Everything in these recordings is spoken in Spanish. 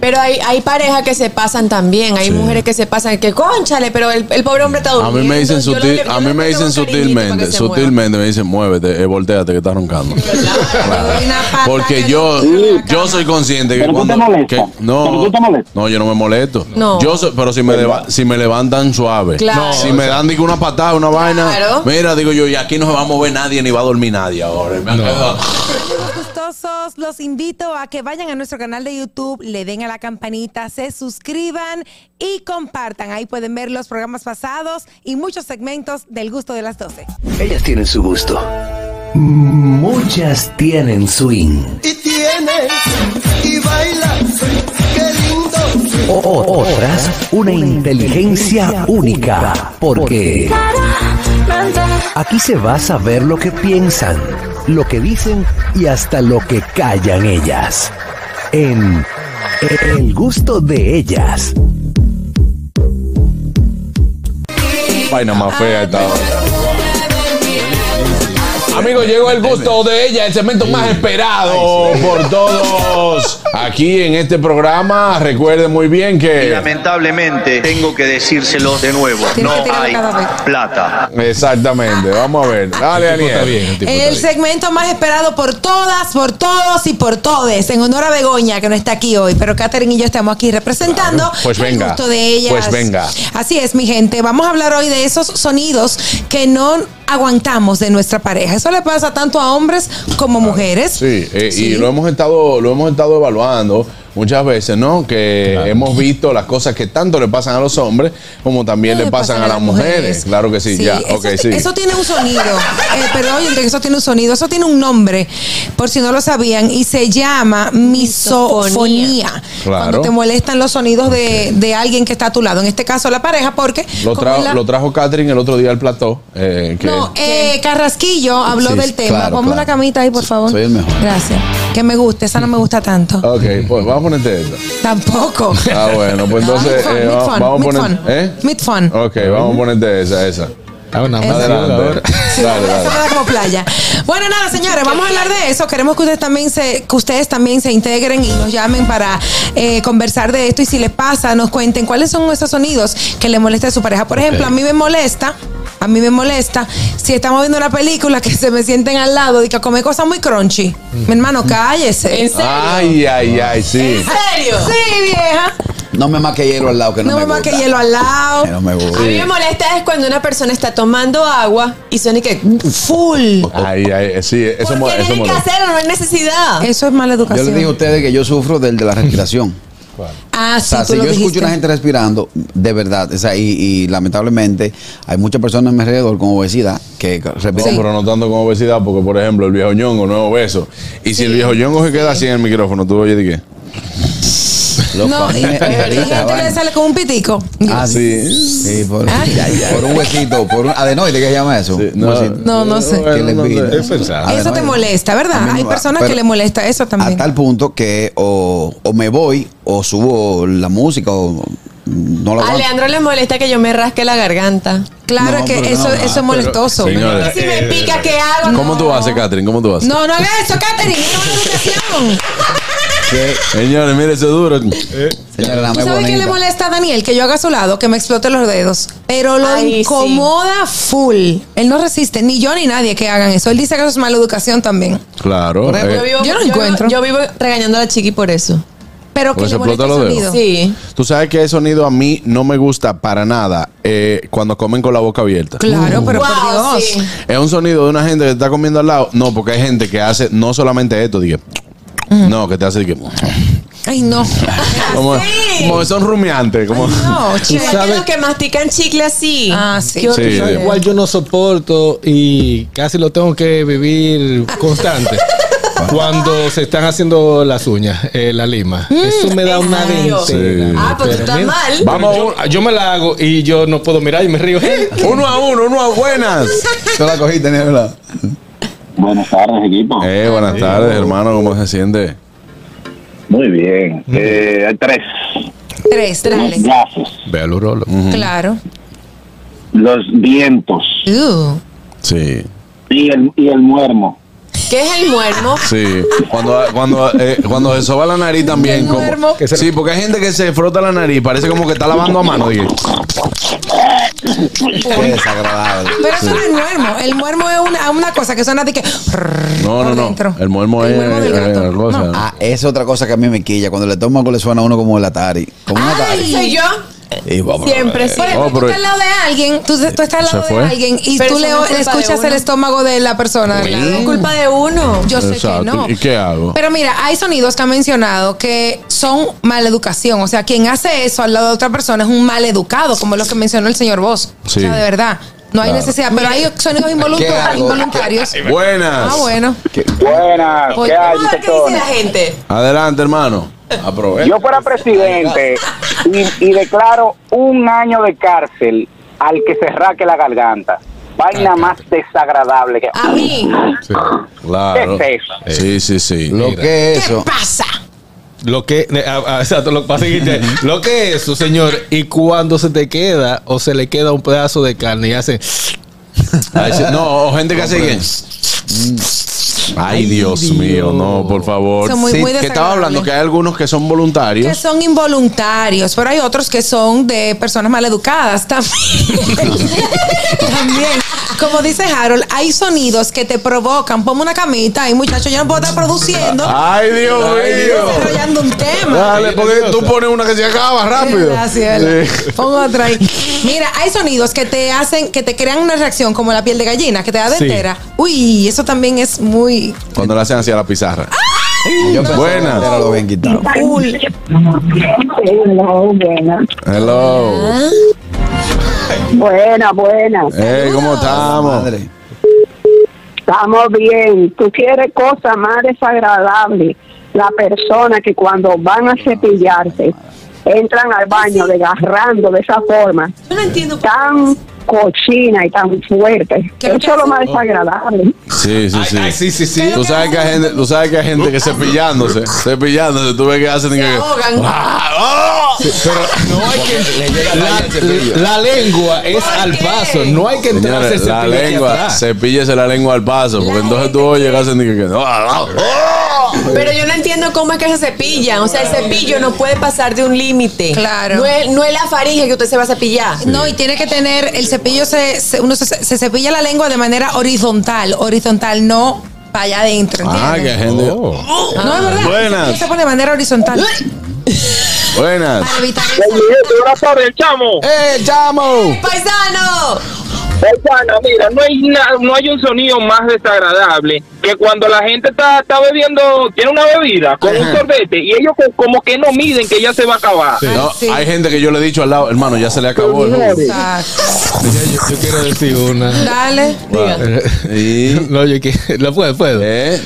Pero hay, hay parejas que se pasan también, hay Sí. mujeres que se pasan, que conchale, pero el, el pobre hombre está A durmiendo. mí me dicen, Yo lo sutil, que- yo a lo mí que me tengo dicen es un cariñito para sutilmente, que se mueva. sutilmente me dicen, muévete, eh, volteate que estás roncando. Claro, una pata Porque que yo, no- Sí. yo soy consciente que Pero tú cuando... te molestas. que- no, Pero tú te molestas. Pues no, yo no me molesto. No. Yo soy- pero si me, leva- si me levantan suave, Claro. No, si me dan digo, una patada, una vaina, Claro. mira, digo yo, y aquí no se va a mover nadie ni va a dormir nadie ahora. Me han quedado- gustosos, los invito a que vayan a nuestro canal de YouTube, le den a la campanita, se suscriban y compartan. Ahí pueden ver los programas pasados y muchos segmentos del gusto de las 12. Ellas tienen su gusto. Muchas tienen swing. y tienes y bailas, qué lindo. O- o- otras, una inteligencia única. Porque aquí se va a saber lo que piensan, lo que dicen y hasta lo que callan ellas. En El gusto de ellas. vaina más fea esta hora. Amigos, llegó el gusto de ella, el segmento más esperado por todos aquí en este programa. Recuerden muy bien Y que. lamentablemente tengo que decírselo de nuevo. Tienes No que tirarlo hay cada vez. plata. Exactamente, vamos a ver. Dale, El tipo está bien, Aniel. el tipo está El bien. segmento más esperado por todas, por todos y por todes. En honor a Begoña, que no está aquí hoy, pero Catherine y yo estamos aquí representando Claro. Pues el venga. gusto de ellas. Pues venga. Así es, mi gente. Vamos a hablar hoy de esos sonidos que no aguantamos de nuestra pareja. Eso le pasa tanto a hombres como mujeres. Sí, eh, Sí. y lo hemos estado, lo hemos estado evaluando muchas veces, ¿no? Que hemos visto las cosas que tanto le pasan a los hombres como también le pasan, a las mujeres. Claro que sí, ya, eso ok, ti- sí. Eso tiene un sonido. Eh, pero oye, que eso tiene un sonido. Eso tiene un nombre, por si no lo sabían, y se llama misofonía. Claro. Cuando te molestan los sonidos de, de alguien que está a tu lado. En este caso, la pareja, porque. lo, como tra- la- lo trajo Catherine el otro día al plató. eh, que- no, eh, Carrasquillo habló Sí, del tema. claro, Ponme claro. una camita ahí, por favor. soy el mejor. Gracias. Que me guste, esa no me gusta tanto. Ok, pues vamos a ponerte esta. Tampoco. Ah, bueno, pues No, entonces mid-fun, eh, va- mid-fun, vamos a poner. mid-fun. ¿eh? Mid-fun. Ok, vamos a ponerte esa, esa. Ah, una Esa. más Adelante. Dale, Eso dale. me da como playa. Bueno, nada, señores, vamos a hablar de eso. Queremos que ustedes también se, que ustedes también se integren y nos llamen para eh, conversar de esto. Y si les pasa, nos cuenten cuáles son esos sonidos que les molesta a su pareja. Por ejemplo, a mí me molesta. A mí me molesta si estamos viendo una película que se me sienten al lado y que come cosas muy crunchy. Mi Mm. hermano, cállese. ¿En serio? Ay, ay, ay, sí. ¿En serio? Sí, vieja. No me maque hielo al lado, que no, No, me me más que gusta. hielo al Que No lado. me A gusta. mí me molesta es cuando una persona está tomando agua y suena y que full. Ay, ay, sí, eso, mo- ¿Por qué eso tienen que molesta. hacerlo? No hay necesidad. Eso es mala Yo educación. les dije a ustedes que yo sufro del de la respiración. ah, O sí, sea, tú si yo lo escucho dijiste. a una gente respirando, de verdad, o sea, y, y lamentablemente hay muchas personas a mi alrededor con obesidad que No, respiran. pero no tanto con obesidad, porque por ejemplo el viejo ñongo no es obeso. Y si el viejo ñongo se queda así en el micrófono, tú oyes de qué. Loco, No, eh, a y, mí y, me- me y irrita, tú le vaina. sale con un pitico. Ah, sí. Sí, por, Ay, ay, ay. por un huequito, por un adenoide, ¿qué se llama eso? Sí, Un huesito. No, no sé. bueno, Que le no sé. pide. Es pensado. A ver, Eso no, te eh, molesta, a ¿verdad? mí no Hay va, personas pero que le molesta eso A también. tal punto que o, o me voy, o subo la música, o no la A aguanto. Leandro le molesta que yo me rasque la garganta. Claro No, que pero eso, no, eso es pero- molestoso. Señores, Si me pica, ¿qué hago? ¿cómo tú haces, Catherine? ¿Cómo tú haces? no, no hagas eso, Katherine. Es una educación. Que, Señores, mire, eso es duro. señora, dame ¿Tú sabes qué le bonita. molesta a Daniel? Que yo haga a su lado, que me explote los dedos. Pero lo Ay, sí. incomoda full. Él no resiste, ni yo ni nadie que hagan eso. Él dice que eso es mala educación también. Claro. Por ejemplo, eh, vivo- Yo no vivo- encuentro. Yo vivo regañando a la chiqui por eso. Pero que Pues le molesta explota el los dedos. sonido. Sí. tú sabes que ese sonido a mí no me gusta para nada eh, cuando comen con la boca abierta. Claro, pero por Wow, Dios. sí. Es un sonido de una gente que está comiendo al lado. No, porque hay gente que hace no solamente esto, dije. No, que te hace que. Ay, no. Como, como que son rumiantes. Como, No, Tú chica. sabes sabes- los que mastican chicle así. Ah, sí. Qué horrible. Sí, sí. Igual yo no soporto y casi lo tengo que vivir constante. Cuando se están haciendo las uñas, eh, la lima. Eso me da ¿en una serio? dentera. Sí. Mm, Ah, pues tú Pero estás mira, mal. Vamos, yo, yo me la hago y yo no puedo mirar y me río. Eh. uno a uno, uno a buenas. Tú la cogiste, Niebla. Buenas tardes, equipo. Eh, buenas tardes, hermano. ¿Cómo se siente? Muy bien. Eh, hay tres. Tres, dale. Los gases, Ve al urólogo. Claro. los vientos Uh. Sí. y el, y el muermo. ¿Qué es el muermo? Sí, cuando, cuando, eh, cuando se soba la nariz también. Como, Muermo. Que se- sí, porque hay gente que se frota la nariz, parece como que está lavando a mano. dije. Qué desagradable. Pero eso no es muermo. El muermo es una, una cosa que suena de que. No, no, por no. dentro. El muermo es eh, del es gato. la cosa. No. Ah, es otra cosa que a mí me quilla. Cuando le tomo algo le suena a uno como el Atari. Como un Atari. Soy yo. Y vamos a ver. Siempre sí. Por ejemplo, Oh, tú pero- estás al lado de alguien, tú, tú estás al ¿Se lado de fue? alguien y Pero tú eso le no es culpa de escuchas uno. el estómago de la persona. de al lado. Es culpa de uno. Yo sé Exacto. que no. ¿Y qué hago? Pero mira, hay sonidos que han mencionado que son maleducación. O sea, quien hace eso al lado de otra persona es un maleducado, como lo que mencionó el señor Vos. Sí. O sea, de verdad. No hay Claro. necesidad, pero hay sonidos ¿Qué involuntarios. hago? involuntarios. Buenas. Ah, bueno. Pues, Buenas, Oye, ¿qué hay, Vamos a ver qué dice la muchachones? gente. Adelante, hermano. Aprovecha. Yo fuera presidente y, y declaro un año de cárcel al que se raque la garganta. Vaina más desagradable que... Ah, A mí. Sí. Claro. ¿Qué es eso? Sí, sí, sí. Lo Mira. que es eso. Pasa. Lo que, eh, ah, ah, exacto, lo, para seguirte. lo que es eso, señor, y cuando se te queda o se le queda un pedazo de carne y hace. Ay, sí. No, o gente que hace bien. Ay, Dios Dios. mío, no, por favor. Son muy, Sí, muy que estaba desagradables. hablando que hay algunos que son voluntarios. Que son involuntarios, pero hay otros que son de personas maleducadas también. también. Como dice Harold, hay sonidos que te provocan. Ponme una camita y muchachos, yo no puedo estar produciendo. Ay, Dios Ay, mío. desarrollando un tema. Dale, porque tú pones una que se acaba rápido. Gracias. ¿verdad? Sí. Pongo otra ahí. Mira, hay sonidos que te hacen, que te crean una reacción como la piel de gallina, que te da Sí. dentera. Uy, eso también es muy. Cuando le hacen así a la pizarra. Yo pensé Buenas. que era lo habían quitado. Hello. Buena, buena. Hey, ¿cómo estamos? Madre. Estamos bien. Tú quieres cosa más desagradable. La persona que cuando van a cepillarse entran al baño desgarrando de esa forma Yo no entiendo. tan cochina y tan fuerte. ¿Qué es lo Eso es que lo hacen? más desagradable. Sí, sí, sí. Ay, sí, sí, sí. Tú sabes, que hay gente, tú sabes que hay gente que cepillándose, cepillándose, tú ves que hacen que... ahogan. ¡Ah! ¡Oh! Pero no hay que. Ah, La, la lengua es al qué? paso. No hay que entrarse Señores, la cepillo aquí lengua, atrás. cepíllese la lengua al paso, porque entonces tú vas a llegar a sentir que... ¡Ah! ¡Oh! Pero yo no entiendo cómo es que se cepillan. O sea, el cepillo no puede pasar de un límite. Claro. No es, no es la faringe que usted se va a cepillar. No, y tiene que tener el cepillo, se, se- uno se, se cepilla la lengua de manera horizontal, horizontal, no para allá adentro. Ah, que hay ¿entiendes? gente... Oh. No, es Ah, verdad. Buenas. El cepillo Se pone de manera horizontal. Buenas. Para evitar Buenas tardes, chamo. ¡Eh, chamo! ¡Paisano! Paisana, mira, no hay na- no hay un sonido más desagradable que cuando la gente está, está bebiendo, tiene una bebida con un sorbete y ellos co- como que no miden que ya se va a acabar. No, sí. Hay gente que yo le he dicho al lado, hermano, ya se le acabó el jugo. Exacto. Mira, yo, yo quiero decir una. Dale. Y- No, yo quiero. ¿La puedo? ¿Puedo? ¿Eh?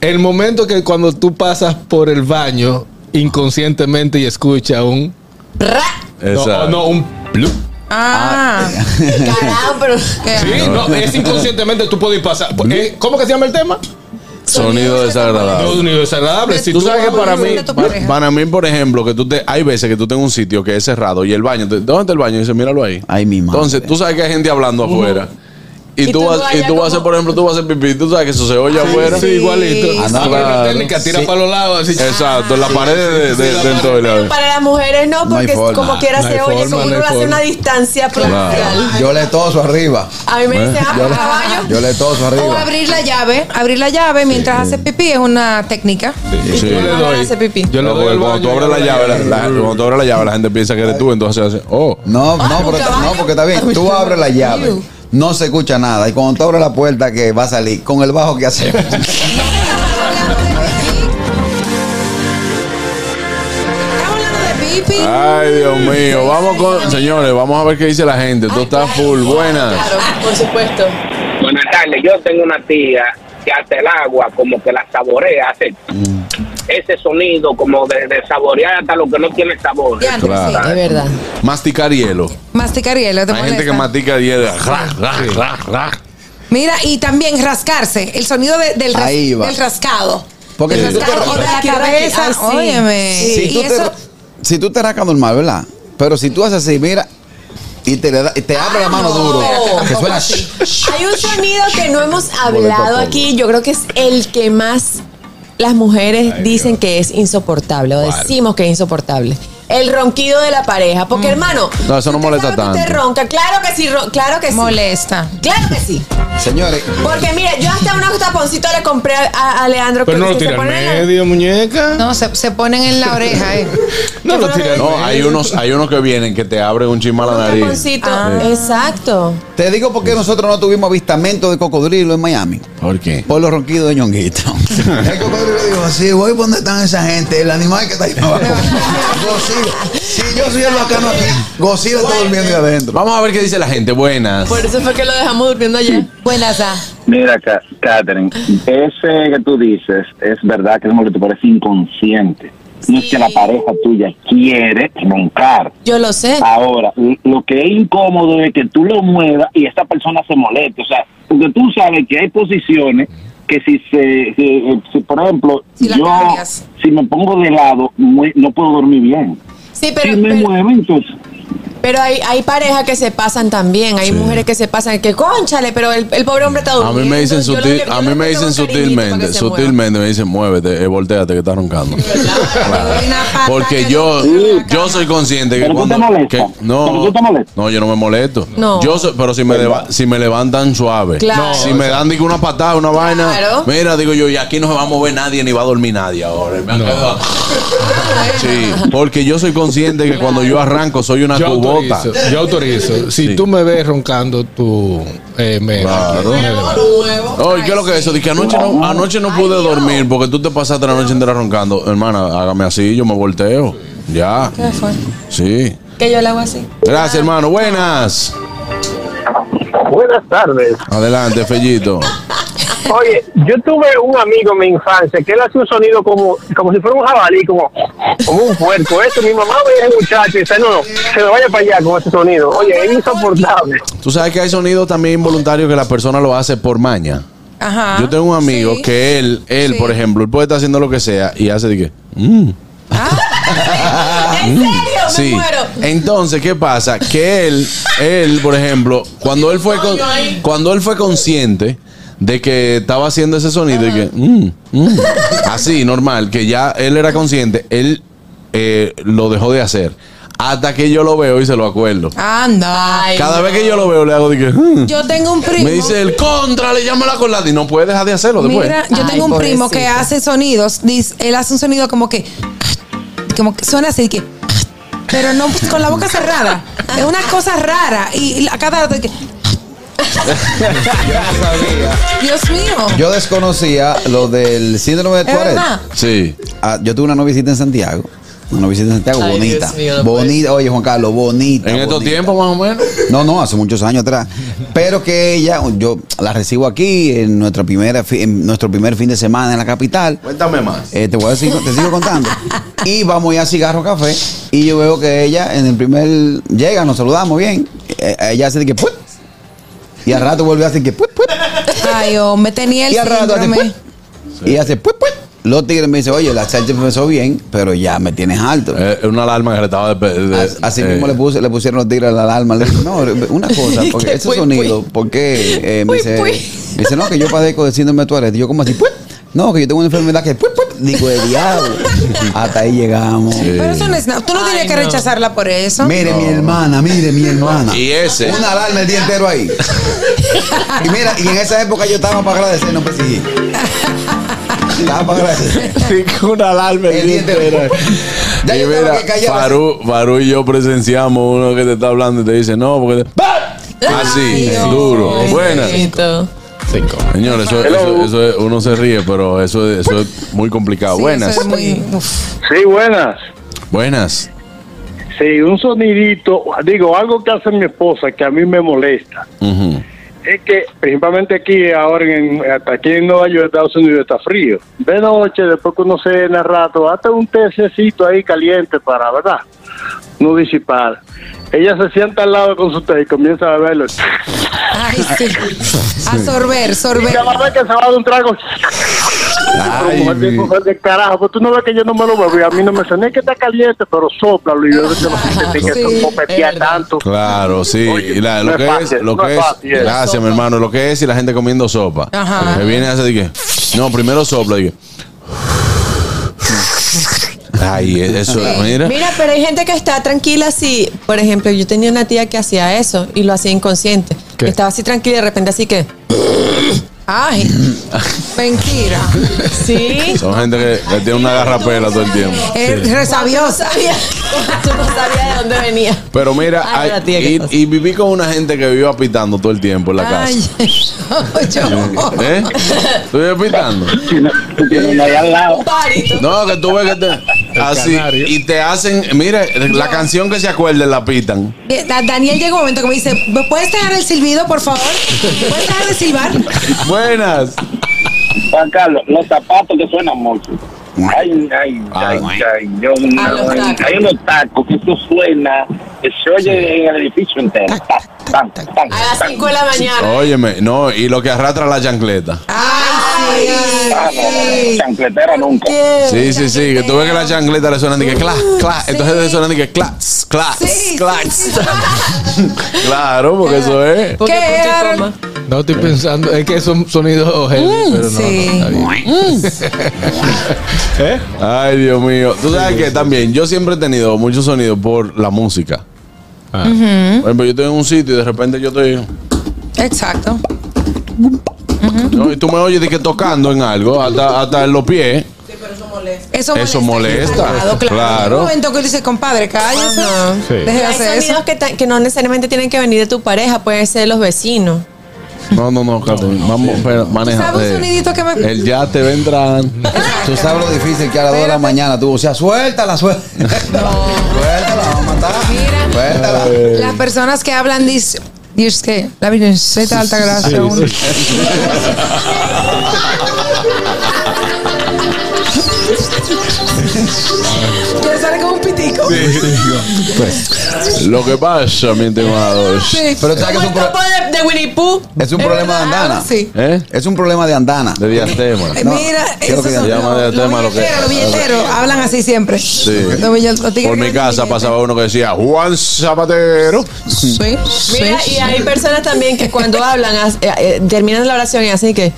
El momento que cuando tú pasas por el baño inconscientemente y escuchas un. Exacto. No, no, un. plup. Ah, Carajo, pero. Sí, no, es inconscientemente tú puedes pasar. Eh, ¿Cómo que se llama el tema? Sonido No, desagradable. ni desagradable. Si Tú tú sabes que no, para no, mí, no, no, pa- no, no. para mí, por ejemplo, que tú te, hay veces que tú tengas un sitio que es cerrado y el baño, te- ¿dónde está el baño? Y dice, míralo ahí. Ay, mi madre. Entonces, tú sabes que hay gente hablando afuera. Y, Y tú, tú vas, y allá tú vas a hacer, como- por ejemplo, tú vas a hacer pipí, tú sabes que eso se oye afuera. Sí, igualito. Ah, no, Ah, pero la claro. técnica tira Sí. para los lados. así. Exacto, en la pared de, sí, de- del la pared. Pero toilet. para las mujeres no, No hay porque forma. como quiera No hay se oye, forma, como no uno hay lo hace forma. una distancia Claro. planteal. Yo le toso arriba. A mí me dicen, ah, Yo caballo. le, yo le toso O arriba. abrir la llave. Abrir la llave mientras haces pipí es una técnica. Y Sí. Yo le doy. Hace pipí. Yo le No, doy porque el cuando tú baño, abres la yo llave, la, le doy. la- cuando tú abres la llave, la gente piensa que eres tú, entonces se hace, oh. No, no, pero, caballo. no, porque está bien. Tú abres la llave. No se escucha nada. Y cuando tú abres la puerta que va a salir, con el bajo que hacemos. Estamos hablando de pipí. Ay, Dios mío. Vamos con. Señores, vamos a ver qué dice la gente. Tú estás full. Buenas. Claro, por supuesto. Buenas tardes, yo tengo una tía que hace el agua como que la saborea, hace Mm. ese sonido como de, de saborear hasta lo que no tiene sabor. Ya, antes, Claro. sí. Es verdad. Masticar hielo. Masticar hielo, ¿te Hay gente que molesta? mastica hielo. Ra, ra, ra, ra. Mira, y también rascarse. El sonido de- del, ras- Ahí va. del rascado. Porque Del si tú te- rascado o de la Rasqui, rasqui. cabeza. Ah, sí. Óyeme. Sí. si Y tú, eso- te, si tú te rascas normal, ¿verdad? Pero si tú haces así, mira, y y te, le da- y te abre la Ah, mano duro. Que suena. Hay un sonido que no hemos hablado aquí, yo creo que es el que más las mujeres dicen que es insoportable o decimos que es insoportable. El ronquido de la pareja, porque hermano, Mm. No, eso no molesta tanto. te ronca, claro que sí, ro- claro que sí. Molesta. Claro que sí. Señores, Porque mira, yo hasta unos taponcitos le compré a, a Leandro Pero no que lo se tira al ponen en la- medio, muñeca. No, se, se ponen en la oreja, eh. No lo tira al medio. No, hay unos, hay unos que vienen que te abren un chisme a la Un nariz. taponcito. Exacto. Ah. te digo por qué nosotros no tuvimos avistamiento de cocodrilo en Miami. ¿Por qué? Por los ronquidos de ñonguito. El cocodrilo dijo, sí, voy por donde están esa gente, el animal que está ahí abajo. Gocillo. Si yo soy el bacano aquí, Gocillo está durmiendo ahí adentro. Vamos a ver qué dice la gente. Buenas. Por eso fue que lo dejamos durmiendo ayer. Buenas, ah. Mira, Ca- Catherine, ese que tú dices es verdad que es porque tú pareces inconsciente. No es que la pareja tuya quiere roncar. Yo lo sé. Ah. Ahora, l- lo que es incómodo es que tú lo muevas y esta persona se moleste. O sea, porque tú sabes que hay posiciones que si, se, si- si, por ejemplo, Si la yo, cambias. si me pongo de lado, muy- no puedo dormir bien. Sí, pero, si me pero, muevo, entonces... pero hay, hay parejas que se pasan también. Hay mujeres que se pasan que, conchale, pero el, el pobre hombre está A durmiendo. mí me dicen, Yo lo- sutil, yo a le mí me meto dicen un cariñito para sutilmente, que se mueva. sutilmente, me dicen, muévete, eh, volteate que estás roncando. Claro. Una pata Porque que yo, le- yo soy consciente que Pero tú cuando... te molestas. que- no, Pero tú te molestas. no, yo no me molesto. No. Yo soy- pero si me, leva- si me levantan suave, Claro. si me dan digo, una patada, una vaina, Claro. mira, digo yo, y aquí no se va a mover nadie ni va a dormir nadie ahora. Me han quedado- Sí, porque yo soy consciente que cuando yo arranco soy una Yo cubota. autorizo, yo autorizo. Si Sí. tú me ves roncando, tú eh, me. Claro. me levantas. Oye, ¿qué es lo que es eso? Dice que anoche no, anoche no pude dormir porque tú te pasaste la noche entera roncando. Hermana, hágame así, yo me volteo. Ya. ¿Qué fue? Ah. Sí. Que yo le hago así. Gracias, hermano. Buenas. Buenas tardes. Adelante, Fellito. Oye, yo tuve un amigo en mi infancia que él hacía un sonido como, como si fuera un jabalí, como, como un puerco. Eso, mi mamá veía a ese muchacho y dice, no, no, se me vaya para allá con ese sonido. Oye, es insoportable. Tú sabes que hay sonidos también involuntarios que la persona lo hace por maña. Ajá. Yo tengo un amigo Sí. que él, él, Sí. por ejemplo, él puede estar haciendo lo que sea y hace de que. "Mm". Ah. ¿En serio? Me Sí. muero. Entonces, ¿qué pasa? Que él, él, por ejemplo, cuando él fue con- cuando él fue consciente de que estaba haciendo ese sonido y que "Mm, mm", así normal, que ya él era consciente, él eh, lo dejó de hacer. Hasta que yo lo veo y se lo acuerdo. Anda. Cada vez que yo lo veo le hago de que "Mm". Yo tengo un primo. me dice pues". el contra, le llama la colada y no puede dejar de hacerlo después. Mira, yo Ay, tengo un primo pobrecito. que hace sonidos. dice- él hace un sonido como que. Como que suena así que. Pero no pues, con la boca cerrada. Es una cosa rara. Y la- cada rato que. Dios mío. Yo desconocía lo del síndrome de es Tourette. verdad. Sí. Ah, yo tuve una noviecita en Santiago. Una noviecita en Santiago, Ay, bonita. Dios mío, no puede bonita, oye Juan Carlos, bonita. En estos bonita. tiempos más o menos. No, no, hace muchos años atrás. Pero que ella, yo la recibo aquí en, nuestra primera, fi- en nuestro primer fin de semana en la capital. Cuéntame más. Eh, te voy a decir, te sigo contando. Y vamos ya a cigarro café. Y yo veo que ella en el primer llega, nos saludamos bien. Eh, ella hace de que ¡put! Y al rato vuelve a hacer que ¡put! ¡put! Ay, me tenía el Y al rato hace síndrome. ¡put! Y hace ¡put! ¡put! Los tigres me dicen, oye, la salsa empezó bien, pero ya me tienes alto. Eh, una alarma que le estaba de- de- de- Así, así eh, mismo le, puse, le pusieron los tigres la alarma. Le dije, no, una cosa, porque Que ese pui, sonido, porque eh, me, Pui, dice, pui. me dice, no, que yo padezco de síndrome de Tourette. Y yo, como así? Pues, no, que yo tengo una enfermedad que, pues, pues, digo, el diablo. Hasta ahí llegamos. eh, Pero eso no es nada. Tú no tienes que rechazarla por eso. Mire, mi hermana, mire, mi hermana. Y ese. Una alarma el día entero ahí. y mira, y en esa época yo estaba para agradecer, no perseguir. Estaba para agradecer. Sí, con una alarma el El día diente entero. rojo. Ya y yo tengo mira, que callar. Farú, Farú y yo presenciamos uno que te está hablando y te dice, no, porque te... Así, Ah, duro. Buena. Pobrecito. Cinco. Señores, eso, eso, eso es- uno se ríe, pero eso, es- eso es muy complicado. Sí, buenas. eso es muy- uf. Sí, buenas. Buenas. Sí, un sonidito, digo, algo que hace mi esposa que a mí me molesta. Ujú. Es que principalmente aquí, ahora en, hasta aquí en Nueva York, Estados Unidos está frío. De noche, después que uno cena rato, hasta un tececito ahí caliente para, ¿verdad? No disipar. Ella se sienta al lado con su té y comienza a beberlo. Ay, sí. A sorber, sorber. Y cada vez que se va a dar un trago, Pero mujer, qué mujer de carajo, pues tú no ves que yo no me lo bebí. A mí no me soné que está caliente, pero soplalo. Y yo de que no sentí que Sí, eso petear tanto. Claro, sí. Y la- lo no es que fácil, es, lo no que es es, fácil, es. gracias, mi hermano. Lo que es y la gente comiendo sopa. Ajá. Que viene y hace de que, no, primero sopla. y que- Ay, e, eso, mira. Mira, pero hay gente que está tranquila si, por ejemplo, yo tenía una tía que hacía eso y lo hacía inconsciente. ¿Qué? Estaba así tranquila y de repente así que. Ay, mentira. Sí. Son gente que, que tiene una garrapela todo el tiempo. Eh, Sí. Resabiosa. Tú no sabías de dónde venía. Pero mira, Ay, hay- la tía, ¿qué y, pasa? y viví con una gente que vivió apitando todo el tiempo en la casa. Ay, yo- ¿Eh? ¿Tú vives apitando? Un parito. No, que tú ves que te. Así. canario. Y te hacen. Mire, la canción que se acuerden la pitan. Eh, Da- Daniel llega un momento que me dice, ¿me puedes dejar el silbido, por favor? ¿Me puedes dejar de silbar? Buenas. Juan Carlos, los zapatos que suenan mucho. Ay, ay, ay, ay, yo no- A los tacos. hay unos tacos que eso suena, que se oye en el edificio entero. Tan, tan, tan, A las 5 de la oh. mañana. Óyeme, no, y lo que arrastra la chancleta. Ah, no, no, no, chancletera nunca. Sí, sí, sí, que tú ves que la chancleta le suenan de que clas, clas, entonces le suenan de que clas, clas, clas. Claro, porque eso es. ¿Qué, Harold? No estoy pensando, es que son sonidos heavy, Mm, pero no, sí. no, está bien. ¿Eh? Ay, Dios mío. Tú sabes que también yo siempre he tenido mucho sonido por la música. Ah. Por ejemplo, yo estoy en un sitio y de repente yo estoy. Exacto. ¿no? Y tú me oyes de que tocando en algo, hasta, hasta en los pies. Eso molesta. Eso molesta. Claro, claro. Claro. Un momento que él dice, compadre, cállese. Sí. Deje de Hay hacer eso. sonidos que, ta- que no necesariamente tienen que venir de tu pareja, puede ser de los vecinos. No, no, no, Carlos. Vamos, pero maneja. sabes un eh, sonidito que me- El ya te vendrán. Tú sabes lo difícil que a las 2 de la mañana tú, o sea, suéltala, suéltala. Suéltala, Las personas que hablan dicen, Dios que la Virgen Z alta gracia. un- Que sale como un pitico. Pues, lo que pasa, mi estimado. es- Pero tú sabes que es un pro- de, de Winnie Pooh. Es un problema de andana. Sí. ¿Eh? Es un problema de andana. De diastema. Eh, Mira, creo esos que son- llama no, de tema lo los que- billeteros, los billeteros hablan así siempre. Sí. Los bill- los tigres Por mi que casa pasaba uno que decía Juan Zapatero. Mm. Sí, Mira, sí. y hay personas también que cuando hablan, as- eh, eh, terminan la oración y hacen que.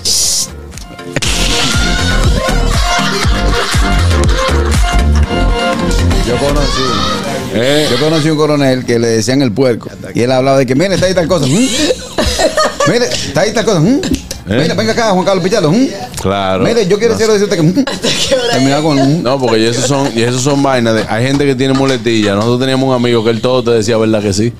Yo conocí. ¿Eh? Yo conocí un coronel que le decían el puerco. Y él hablaba de que, mire, está ahí tal cosa. ¿Mm? Mire, está ahí tal cosa. ¿Mm? Mire, venga acá, Juan Carlos Pichalo. ¿Mm? ¿Eh? Claro. Mire, yo quiero No. quiero decirte que. ¿Mm? Terminaba con un. No, porque ya esos son, ya esos son vainas. de- hay gente que tiene muletilla. Nosotros teníamos un amigo que él todo te decía, ¿verdad que sí?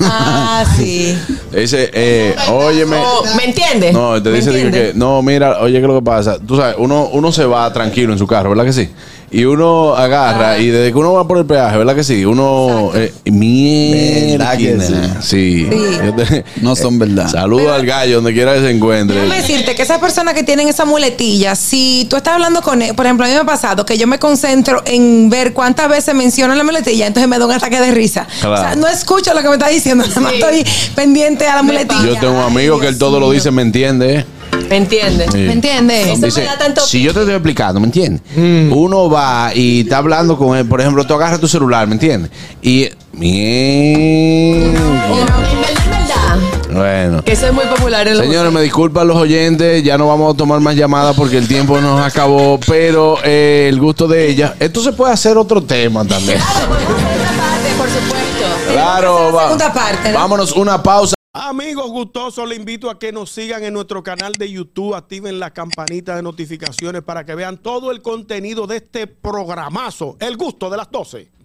Ah, sí. Dice, eh, óyeme. O, ¿Me entiendes? No, te Eh, ¿Me dice digo, entiendes? que, no, mira, oye, ¿qué es lo que pasa? Tú sabes, uno, uno se va tranquilo en su carro, ¿verdad que sí? Y uno agarra, y desde que uno va por el peaje, ¿verdad que sí? Uno, eh, mierda. ¿Verdad que sí? Sí. eh, No son verdad. Saludo al gallo, donde quiera que se encuentre. Déjame decirte que esas personas que tienen esa muletilla, si tú estás hablando con él, por ejemplo, a mí me ha pasado que yo me concentro en ver cuántas veces mencionan la muletilla, entonces me da un ataque de risa. Claro. O sea, no escucho lo que me está diciendo, nada más estoy pendiente a la muletilla. Yo tengo un amigo que él todo lo dice, ¿me entiende? ¿Me entiendes? Sí. ¿Me entiendes? Eso me Dice, da tanto si yo te estoy explicando, ¿me entiendes? Uno va y está hablando con él, por ejemplo, tú agarras tu celular, ¿me entiendes? Y... En Mierda. verdad, en verdad, Bueno. Que eso es muy popular en los. Señores, me disculpan los oyentes, ya no vamos a tomar más llamadas porque el tiempo nos acabó, pero eh, el gusto de ella. Esto se puede hacer otro tema también. por supuesto. Claro, va- Segunda parte, ¿no? vámonos una pausa. Amigos gustosos, les invito a que nos sigan en nuestro canal de YouTube, activen la campanita de notificaciones para que vean todo el contenido de este programazo, El Gusto de las 12.